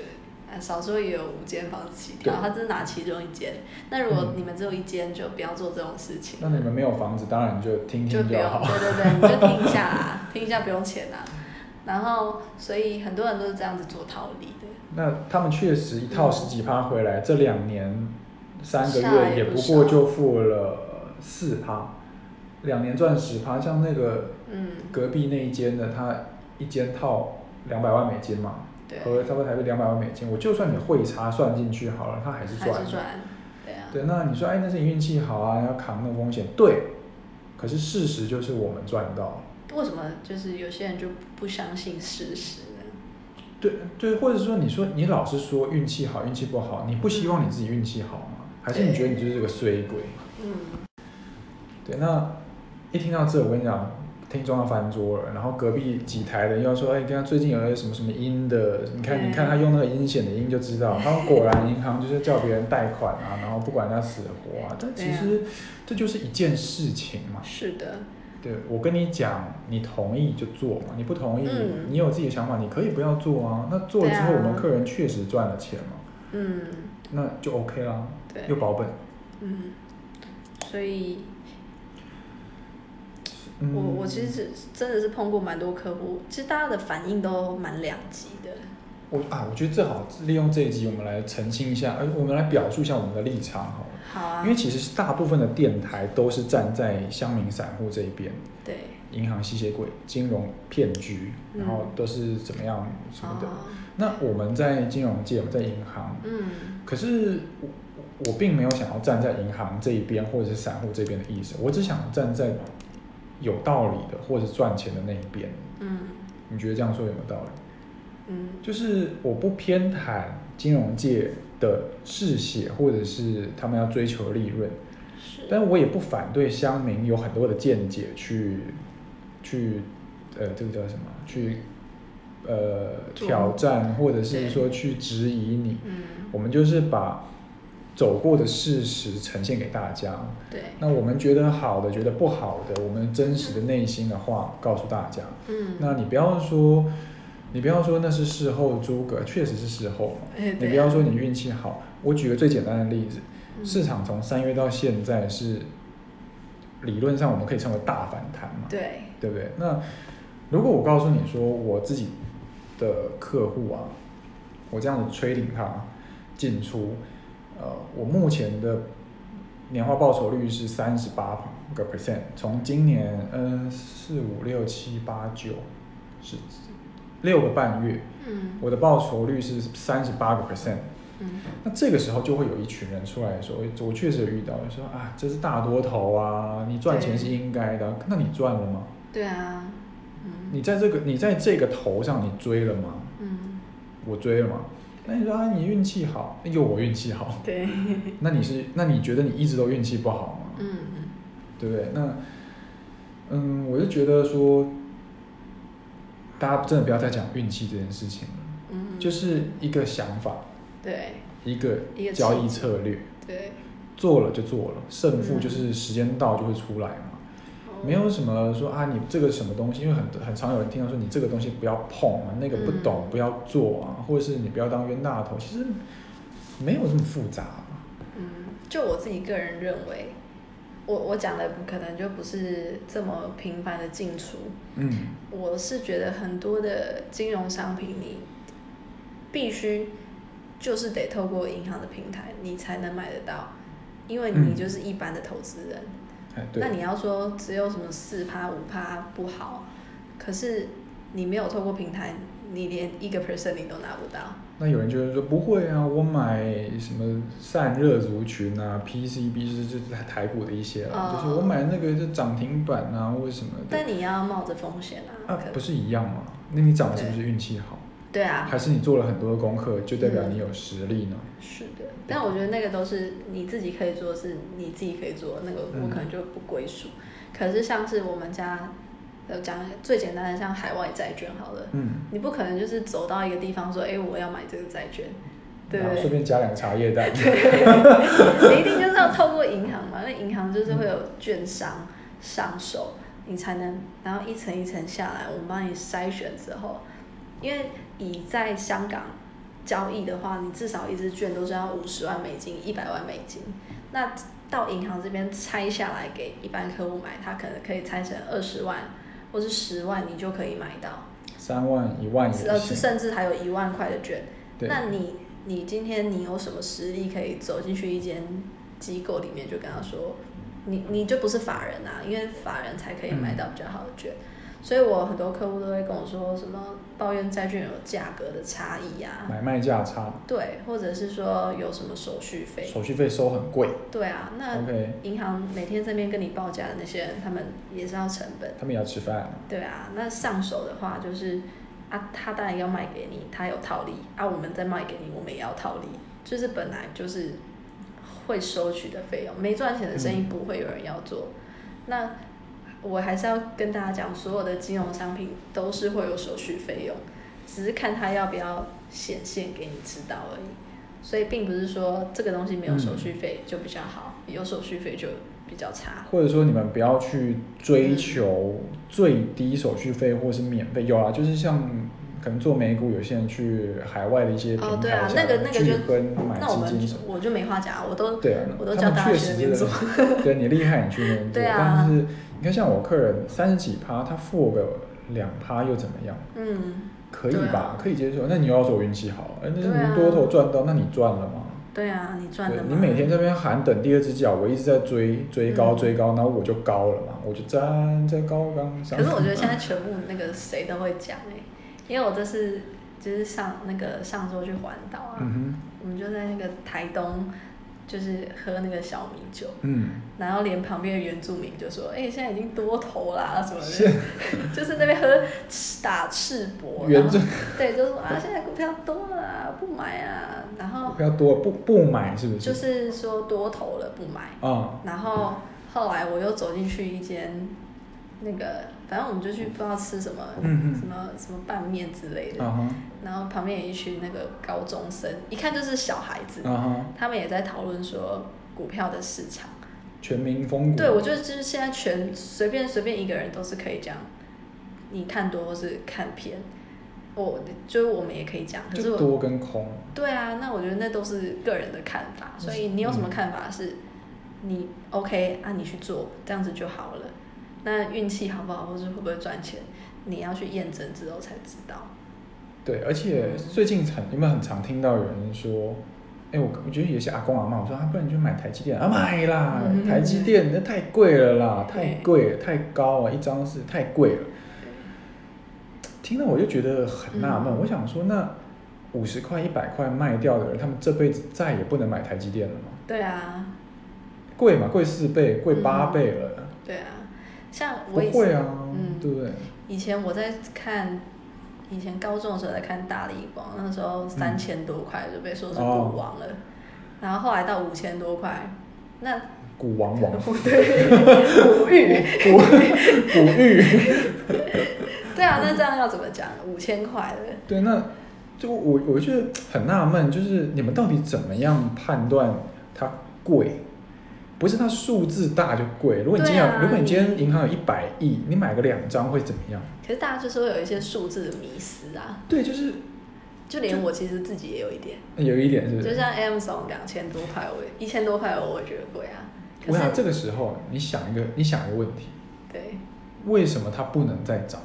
呃少说也有五间房子起跳，对他只是拿其中一间。那如果你们只有一间，就不要做这种事情，那你们没有房子，当然就听就听不就用，好。对对对，你就听一下啊， 听一下不用钱啊。然后，所以很多人都是这样子做套利的，那他们确实一套十几趴回来，这两年三个下来月也不不过少就付了四趴，两年赚十趴。像那个嗯，隔壁那一间的，他一间套两百万美金嘛，对，合差不多台币两百万美金。我就算你汇差算进去好了，他还是还赚。是赚，对啊，对，那你说哎，那是你运气好啊，要扛那个风险，对。可是事实就是我们赚到了。为什么就是有些人就不相信事实呢？对对，或者说你说你老是说运气好，运气不好，你不希望你自己运气好吗？还是你觉得你就是个衰鬼？嗯，对，那一听到这，我跟你讲，听众要翻桌了。然后隔壁几台的又要说，哎，跟他最近有一个什么什么音的，你看，对你看他用那个阴险的音就知道，他们果然银行就是叫别人贷款啊，然后不管他死活啊。但对其啊实这就是一件事情嘛。是的，对，我跟你讲，你同意就做嘛，你不同意，嗯你有自己的想法，你可以不要做啊。那做了之后，对啊我们客人确实赚了钱嘛，嗯，那就 OK 啦，对又，保本。嗯，所以嗯、我我其实是真的是碰过蛮多客户，其实大家的反应都蛮两极的。我啊，我觉得正好利用这一集，我们来澄清一下，呃，我们来表述一下我们的立场好了。好啊因，为其实是大部分的电台都是站在乡民散户这一边，对，银行吸血鬼、金融骗局，嗯然后都是怎么样什么的。哦，那我们在金融界，我们在银行，嗯，可是我我我并没有想要站在银行这一边或者是散户这边的意思，我只想站在有道理的或者赚钱的那一边。嗯，你觉得这样说有没有道理？嗯，就是我不偏袒金融界的嗜血，或者是他们要追求利润，是，但我也不反对乡民有很多的见解去去呃，这个叫什么？去呃做挑战，或者是对说去质疑你。嗯，我们就是把走过的事实呈现给大家。对，那我们觉得好的，觉得不好的，我们真实的内心的话告诉大家。嗯，那你不要说，你不要说那是事后诸葛，确实是事后嘛。哎你对不要说你运气好，我举个最简单的例子，嗯市场从三月到现在是理论上我们可以称为大反弹嘛，对，对不对？那如果我告诉你说我自己的客户啊，我这样子吹领他进出，呃，我目前的年化报酬率是三十八个 percent，从今年嗯四五六七八九是六个半月，嗯，我的报酬率是三十八个 percent。嗯，那这个时候就会有一群人出来说，我确实有遇到，就说啊，这是大多头啊，你赚钱是应该的啊，那你赚了吗？对啊，嗯，你在这个你在这个头上你追了吗？嗯，我追了吗？那你说啊，你运气好，那有我运气好，对，那你是那你觉得你一直都运气不好吗？嗯，对不对？那嗯，我就觉得说，大家真的不要再讲运气这件事情了，嗯，就是一个想法，对，一个一个交易策略，对，做了就做了，胜负嗯就是时间到就会出来嘛。哦没有什么说啊，你这个什么东西，因为很很常有人听到说你这个东西不要碰啊，那个不懂嗯不要做啊，或者是你不要当冤大头，其实没有这么复杂。啊嗯，就我自己个人认为，我我讲的可能就不是这么频繁的进出，嗯，我是觉得很多的金融商品，你必须就是得透过银行的平台，你才能买得到，因为你嗯就是一般的投资人。哎，那对，你要说只有什么四趴五趴不好，可是你没有透过平台，你连一个 percent 你都拿不到。那有人就会说不会啊，我买什么散热族群啊，PCB 是就是台股的一些啦，哦就是我买那个就涨停板啊，或者什么的但，你要冒着风险啊，啊可，不是一样吗？那你涨的是不是运气好，对啊，还是你做了很多的功课，就代表嗯你有实力呢？是的，但我觉得那个都是你自己可以嗯做的事，你自己可以做的那个，我可能就不归属。可是像是我们家呃讲最简单的，像海外债券好了，嗯，你不可能就是走到一个地方说，哎、我要买这个债券，对然不后对顺？便加两个茶叶蛋， 你一定就是要透过银行嘛，那银行就是会有券商上手，你才能，然后一层一层下来，我们帮你筛选之后，因为以在香港交易的话，你至少一支券都是要五十万美金、一百万美金，那到银行这边拆下来给一般客户买，他可能可以拆成二十万或是十万，你就可以买到。三万一万呃，也行。甚至还有一万块的券。对那你你今天你有什么实力可以走进去一间机构里面，就跟他说，你你就不是法人啊，因为法人才可以买到比较好的券。嗯所以我很多客户都会跟我说什么抱怨债券有价格的差异啊，买卖价差，对，或者是说有什么手续费，手续费收很贵，对啊，那 OK 银行每天这边跟你报价的那些人，他们也是要成本。他们也要吃饭。对啊，那上手的话就是啊，他当然要卖给你，他有套利啊，我们再卖给你，我们也要套利，就是本来就是会收取的费用，没赚钱的生嗯意不会有人要做。那我还是要跟大家讲，所有的金融商品都是会有手续费用，只是看他要不要显现给你知道而已。所以并不是说这个东西没有手续嗯费就比较好，有手续费就比较差。或者说你们不要去嗯追求最低手续费或是免费，有啊，就是像可能做美股，有些人去海外的一些哦平，对啊台，那下个那个聚就分买那我基们金就什么，我就没话讲，我都对啊，我都他叫们大确学实那边是做， 对你厉害，你去那边做，对啊但是你看像我客人三十几趴，他付我个两趴又怎么样？嗯，可以对啊吧？可以接受。那你又要说我运气好，哎，那对啊你多头赚到，那你赚了吗？对啊，你赚对的嘛，你每天这边喊等第二只脚，我一直在追追高嗯追高，然后我就高了嘛，我就站在高岗上。可是我觉得现在全部那个谁都会讲哎、因为我这次就是上那个上周去环岛啊，嗯我们就在那个台东，就是喝那个小米酒，哼，嗯，然后连旁边的原住民就说：“哎、现在已经多头啦什么的， 就是那边喝打赤膊，原住然后对，就说啊，现在股票多了啊，不买啊，然后不要多不不买是不？就是是说多头了不买。”啊、然后后来我又走进去一间，那个反正我们就去不知道吃什么，嗯嗯什么什么拌面之类的。啊哈然后旁边有一群那个高中生，一看就是小孩子，啊哈，他们也在讨论说股票的市场。全民风骨。对，我觉得就是现在全随便随便一个人都是可以讲，你看多或是看偏，我就是我们也可以讲，可是就我多跟空，对啊，那我觉得那都是个人的看法，所以你有嗯什么看法是，你 OK 啊，你去做这样子就好了。那运气好不好，或是会不会赚钱，你要去验证之后才知道。对，而且最近很你们很常听到有人说，哎，我我觉得有些阿公阿妈，我说啊，不然你就买台积电啊，买啦，嗯台积电那太贵了啦，对太贵了，太高啊了，一张是太贵了。听到我就觉得很纳闷，嗯我想说，那五十块、一百块卖掉的人，他们这辈子再也不能买台积电了吗？对啊，贵嘛，贵四倍，贵嗯八倍了，对啊，像不我以会前、啊，嗯对不对？以前我在看，以前高中的时候在看大力光，那时候三千多块就被说是嗯哦股王了，然后后来到五千多块，那股王王，不 对，股域。 股股域，对啊，那这样要怎么讲？五千块的，对，那就我我觉得很纳闷，就是你们到底怎么样判断它贵？不是它数字大就贵，如果你今天有、对啊如果你今天你银行有一百亿，你买个两张会怎么样？可是大家就是会有一些数字的迷失啊，对，就是就连我其实自己也有一点，有一点是不是就？像 Amazon 两千多块，我一千多块我也觉得贵啊，可我想这是个时候你想一个，你想一个问题，对，为什么它不能再涨？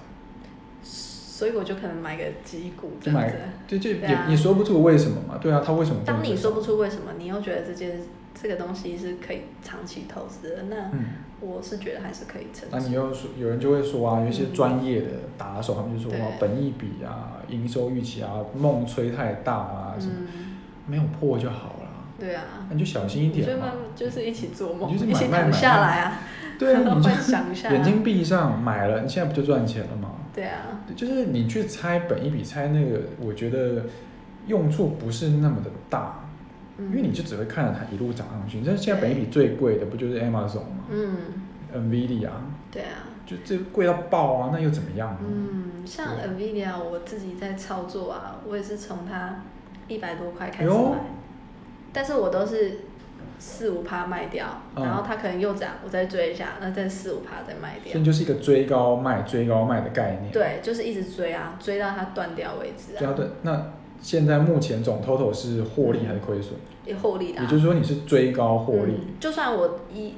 所以我就可能买个几股这就样买子。对，就对也、啊也说不出为什么嘛。对啊，它为什么不能再涨？当你说不出为什么，你又觉得这件这个东西是可以长期投资的，那嗯，我是觉得还是可以承那你受。又说，有人就会说啊，有一些嗯专业的打手，他们就说对哇，本益比啊、营收预期啊、梦吹太大啊，什么、嗯，没有破就好了，对啊，那你就小心一你点就嘛慢。慢就是一起做梦，你就是一起买卖躺买下卖来啊，对啊，你就 幻想一下 啊，眼睛闭上买了，你现在不就赚钱了吗？对啊，就是你去猜本益比猜那个，我觉得用处不是那么的大，嗯因为你就只会看着它一路涨上去。你知道现在本益比最贵的不就是 Amazon 吗？嗯。 NV 里啊，对啊，就这贵到爆啊，那又怎么样、啊？嗯，像 NVIDIA 我自己在操作啊，我也是从它一百多块开始哎呦买，但是我都是四五趴卖掉，嗯然后它可能又涨，我再追一下，那再四五趴再卖所以掉你。就是一个追高卖、追高卖的概念。，对，就是一直追啊，追到它断掉为止对啊，啊，对。那现在目前总 total 是获利还是亏损？也获利的、啊。也就是说你是追高获利，嗯就算我一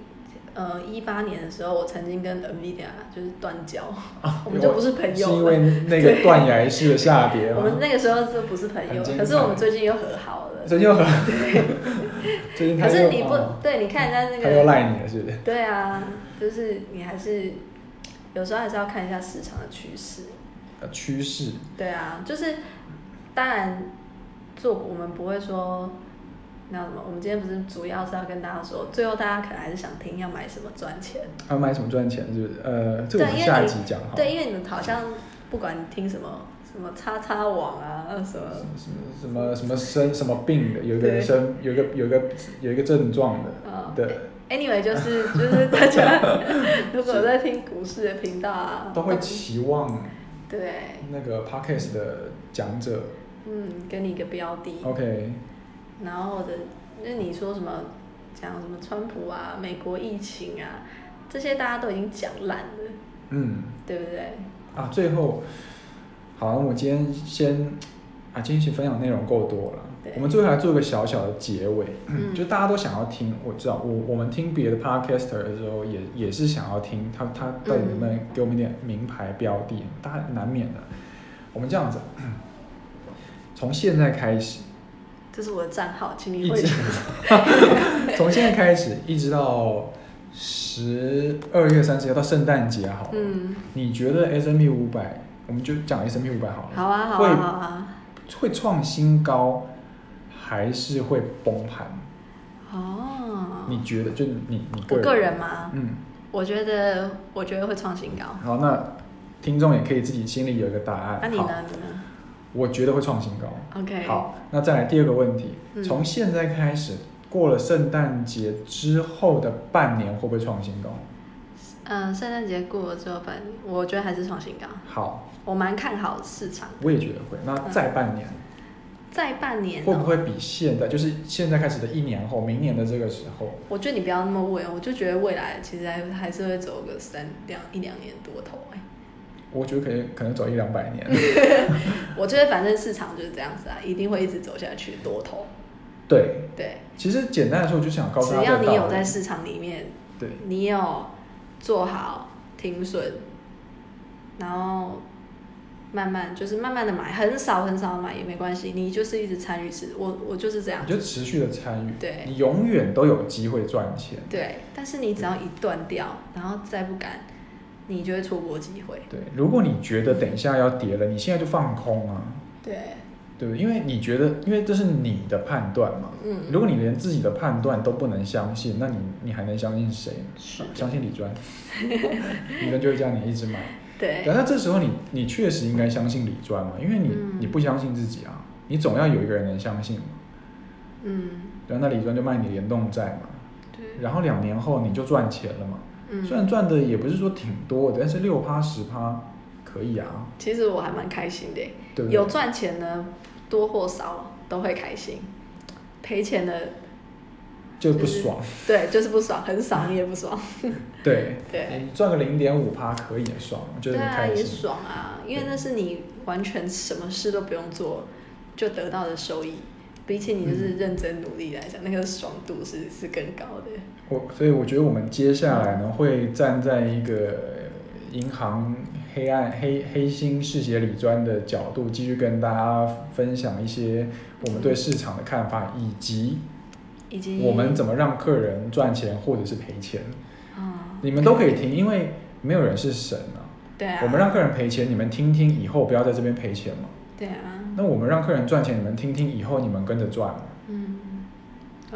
呃一八年的时候，我曾经跟 NVIDIA 就是断交， 我们就不是朋友是了啊因为啊那个断崖式的下跌我嘛们？那个时候是不是朋友很精？彩可是我们最近又和好了。最近又很， 最近他可又是你不哦对，你看人家那他又个，赖你了，是不是？对啊，就是你还是有时候还是要看一下市场的趋势。呃趋势，对啊，就是当然做我们不会说那什么，我们今天不是主要是要跟大家说，最后大家可能还是想听要买什么赚钱。要买什么赚钱，是不是？呃，这个我们对因为下一你集讲好了。对，因为你们好像不管你听什么什么叉叉网啊，什么什么什么什么生什么病的，有一个对人生有一个有一个有一个症状的，啊、对， Anyway，就是就是大家如果有在听股市的频道啊，都会期望对，那个 podcast 的讲者嗯，给你一个标的， ，OK，然后或者就是你说什么讲什么川普啊、美国疫情啊，这些大家都已经讲烂了，嗯对不对？啊，最后，好，我今天先啊，今天其实分享内容够多了对，我们最后来做一个小小的结尾，嗯就大家都想要听，我知道我我们听别的 podcaster 的时候也也是想要听他他到底能不能嗯给我们一点名牌标的，大家难免的，我们这样子，从现在开始。这是我的账号，请一你汇直钱。 从现在开始一直到十二月三十号到圣诞节好了， 嗯，你觉得 S M P 五百，我们就讲 S M P 五百好了，好啊，好啊，好啊。会创新高还是会崩盘？哦，你觉得？就你你个我人，个人嘛，嗯，我觉得我觉得会创新高。好，那听众也可以自己心里有一个答案。那、你好呢？你呢我觉得会创新高。 ？OK，好，那再来第二个问题，嗯从现在开始，过了圣诞节之后的半年，会不会创新高？嗯，圣诞节过了之后，反正我觉得还是创新高，好，我蛮看好市场。我也觉得会。那再半年、嗯在半年、会不哦，会比现在，就是现在开始的一年后，明年的这个时候，我觉得你不要那么哦问，我就觉得未来其实还还是会走个三两一两年多头、哎，我觉得可能可能走一两百年。我觉得反正市场就是这样子啊，一定会一直走下去多头。对，对，其实简单来说，我就想告诉只大家要这你个有道在理。市场里面，对，你有做好停损，然后慢慢就是慢慢的买，很少很少买也没关系，你就是一直参与市，我我就是这样你。就持续的参与，对你永远都有机会赚钱。对，但是你只要一断掉，然后再不敢，你就会错过机会。对，如果你觉得等一下要跌了，你现在就放空啊，对，对不对？因为你觉得，因为这是你的判断嘛。嗯，如果你连自己的判断都不能相信，那你你还能相信谁？是相信李 专，李专就会叫你一直买。对，对，那这时候你你确实应该相信理专嘛，因为你、嗯你不相信自己啊，你总要有一个人能相信嘛。嗯，对啊，那理专就卖你联动债嘛，对，然后两年后你就赚钱了嘛。虽然嗯，赚的也不是说挺多的，但是六趴十趴可以啊，其实我还蛮开心的，对不对？有赚钱呢，多或少都会开心，赔钱的，就不爽。对，就是不爽，很少你也不爽，对，对。你赚个零点五趴可以很爽，就对是很啊，开也心。爽啊，因为对那是你完全什么事都不用做就得到的收益，比起你嗯就是认真努力来讲，那个爽度是是更高的。我所以我觉得我们接下来呢，会站在一个呃银行黑暗黑黑心嗜血理专的角度，继续跟大家分享一些我们对市场的看法，以及以及我们怎么让客人赚钱或者是赔钱，啊、你们都可以听，因为没有人是神啊。对啊，我们让客人赔钱，你们听听，以后不要在这边赔钱嘛。对啊，那我们让客人赚钱，你们听听，以后你们跟着赚嘛。嗯，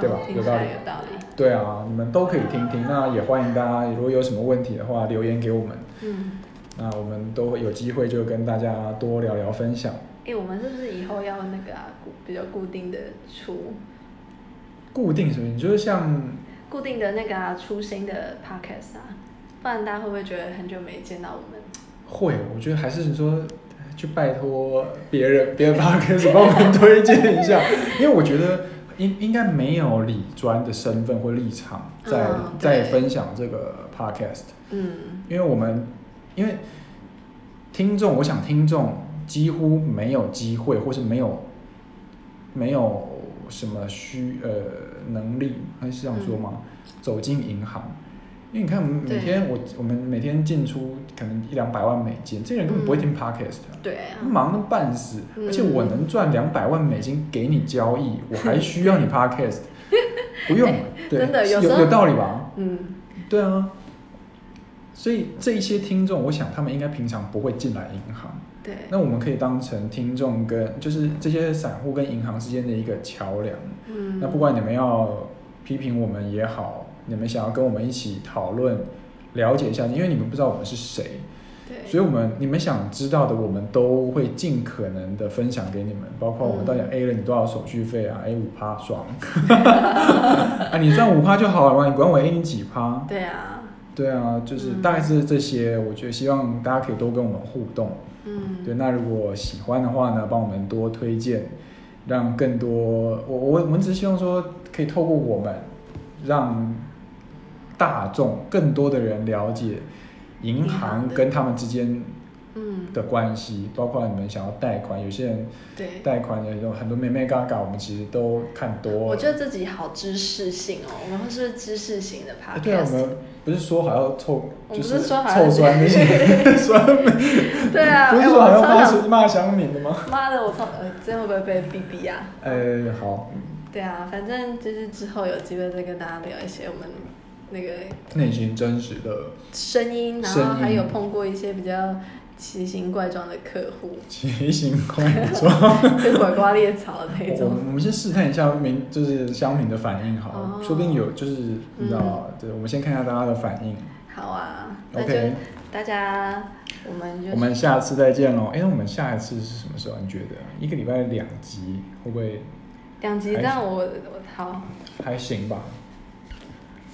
对吧哦听有起道来理有道理，对啊，你们都可以听听。那也欢迎大家，如果有什么问题的话，留言给我们。嗯，那我们都会有机会就跟大家多聊聊分享哎、我们是不是以后要那个啊，固比较固定的出固定什么，你就是像固定的那个啊，出新的 podcast 啊，不然大家会不会觉得很久没见到我们？会，我觉得还是说去拜托别人，别人 podcast 帮我们推荐一下，因为我觉得应应该没有理专的身份或立场在、嗯在对分享这个 podcast，嗯，因为我们因为听众，我想听众几乎没有机会，或是没有没有什么需呃能力，还是这样说吗？嗯走进银行，因为你看我们每对天我我们每天进出可能一两百万美金，这个人根本不会听 podcast 啊、对啊，忙得半死，嗯而且我能赚两百万美金给你交易，我还需要 你 podcast？不用，对，真的有有时候道理吧？嗯，对啊，所以这一些听众，我想他们应该平常不会进来银行，对，那我们可以当成听众跟就是这些散户跟银行之间的一个桥梁。嗯，那不管你们要批评我们也好，你们想要跟我们一起讨论、了解一下，因为你们不知道我们是谁，对，所以我们你们想知道的，我们都会尽可能的分享给你们，包括嗯我们到底 A 了你多少手续费啊？A 五趴爽， 啊，你赚五趴就好了嘛，你管我 A 你几趴？对啊，对啊，就是嗯大概是这些，我觉得希望大家可以多跟我们互动。嗯，对，那如果喜欢的话呢，帮我们多推荐，让更多我我我们只是希望说，可以透过我们，让大众更多的人了解银银行行的跟他们之间嗯，的关系，包括你们想要贷款，有些人对，贷款也有很多妹妹嘎嘎，我们其实都看多我了。觉得自己好知识性哦，我们是知识型的啊对啊，我 podcast，们不是说好要凑，我就们不是说好要凑酸 那些酸梅对啊，不是哎，说好像我超骂想，谁骂乡民的吗？ 妈的，我超，呃，这样会不会被逼逼啊？呃，好，对啊，反正就是之后有机会再跟大家聊一些我们那个内心真实的声音，然声后音还有碰过一些比较奇形怪状的客户，奇形怪 状。就拐瓜裂枣的那我种。们我们先试探一下民，就是乡民的反应好了，哦说不定有就是你知道，对，我们先看一下大家的反应。好啊，那就 OK，大家，我们就我们下次再见喽。哎，那我们下一次是什么时候？你觉得一个礼拜两集会不会两集，还但我我好还行吧？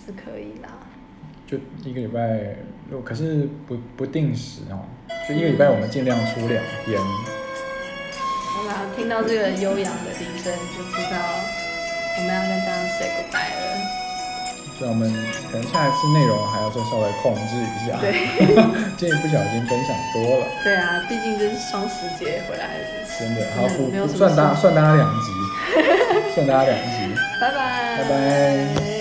是可以啦。就一个礼拜，可是不不定时哦，就一个礼拜我们尽量出两篇。好啦，听到这个悠扬的铃声，就知道我们要跟大家 say goodbye 了。所以我们可能下一次内容还要再稍微控制一下， 这一不小心分享多了，对啊，毕竟这是双十节回来的，真的，好没有不什么算事 大算大家两集，算大家两集。拜拜拜，拜。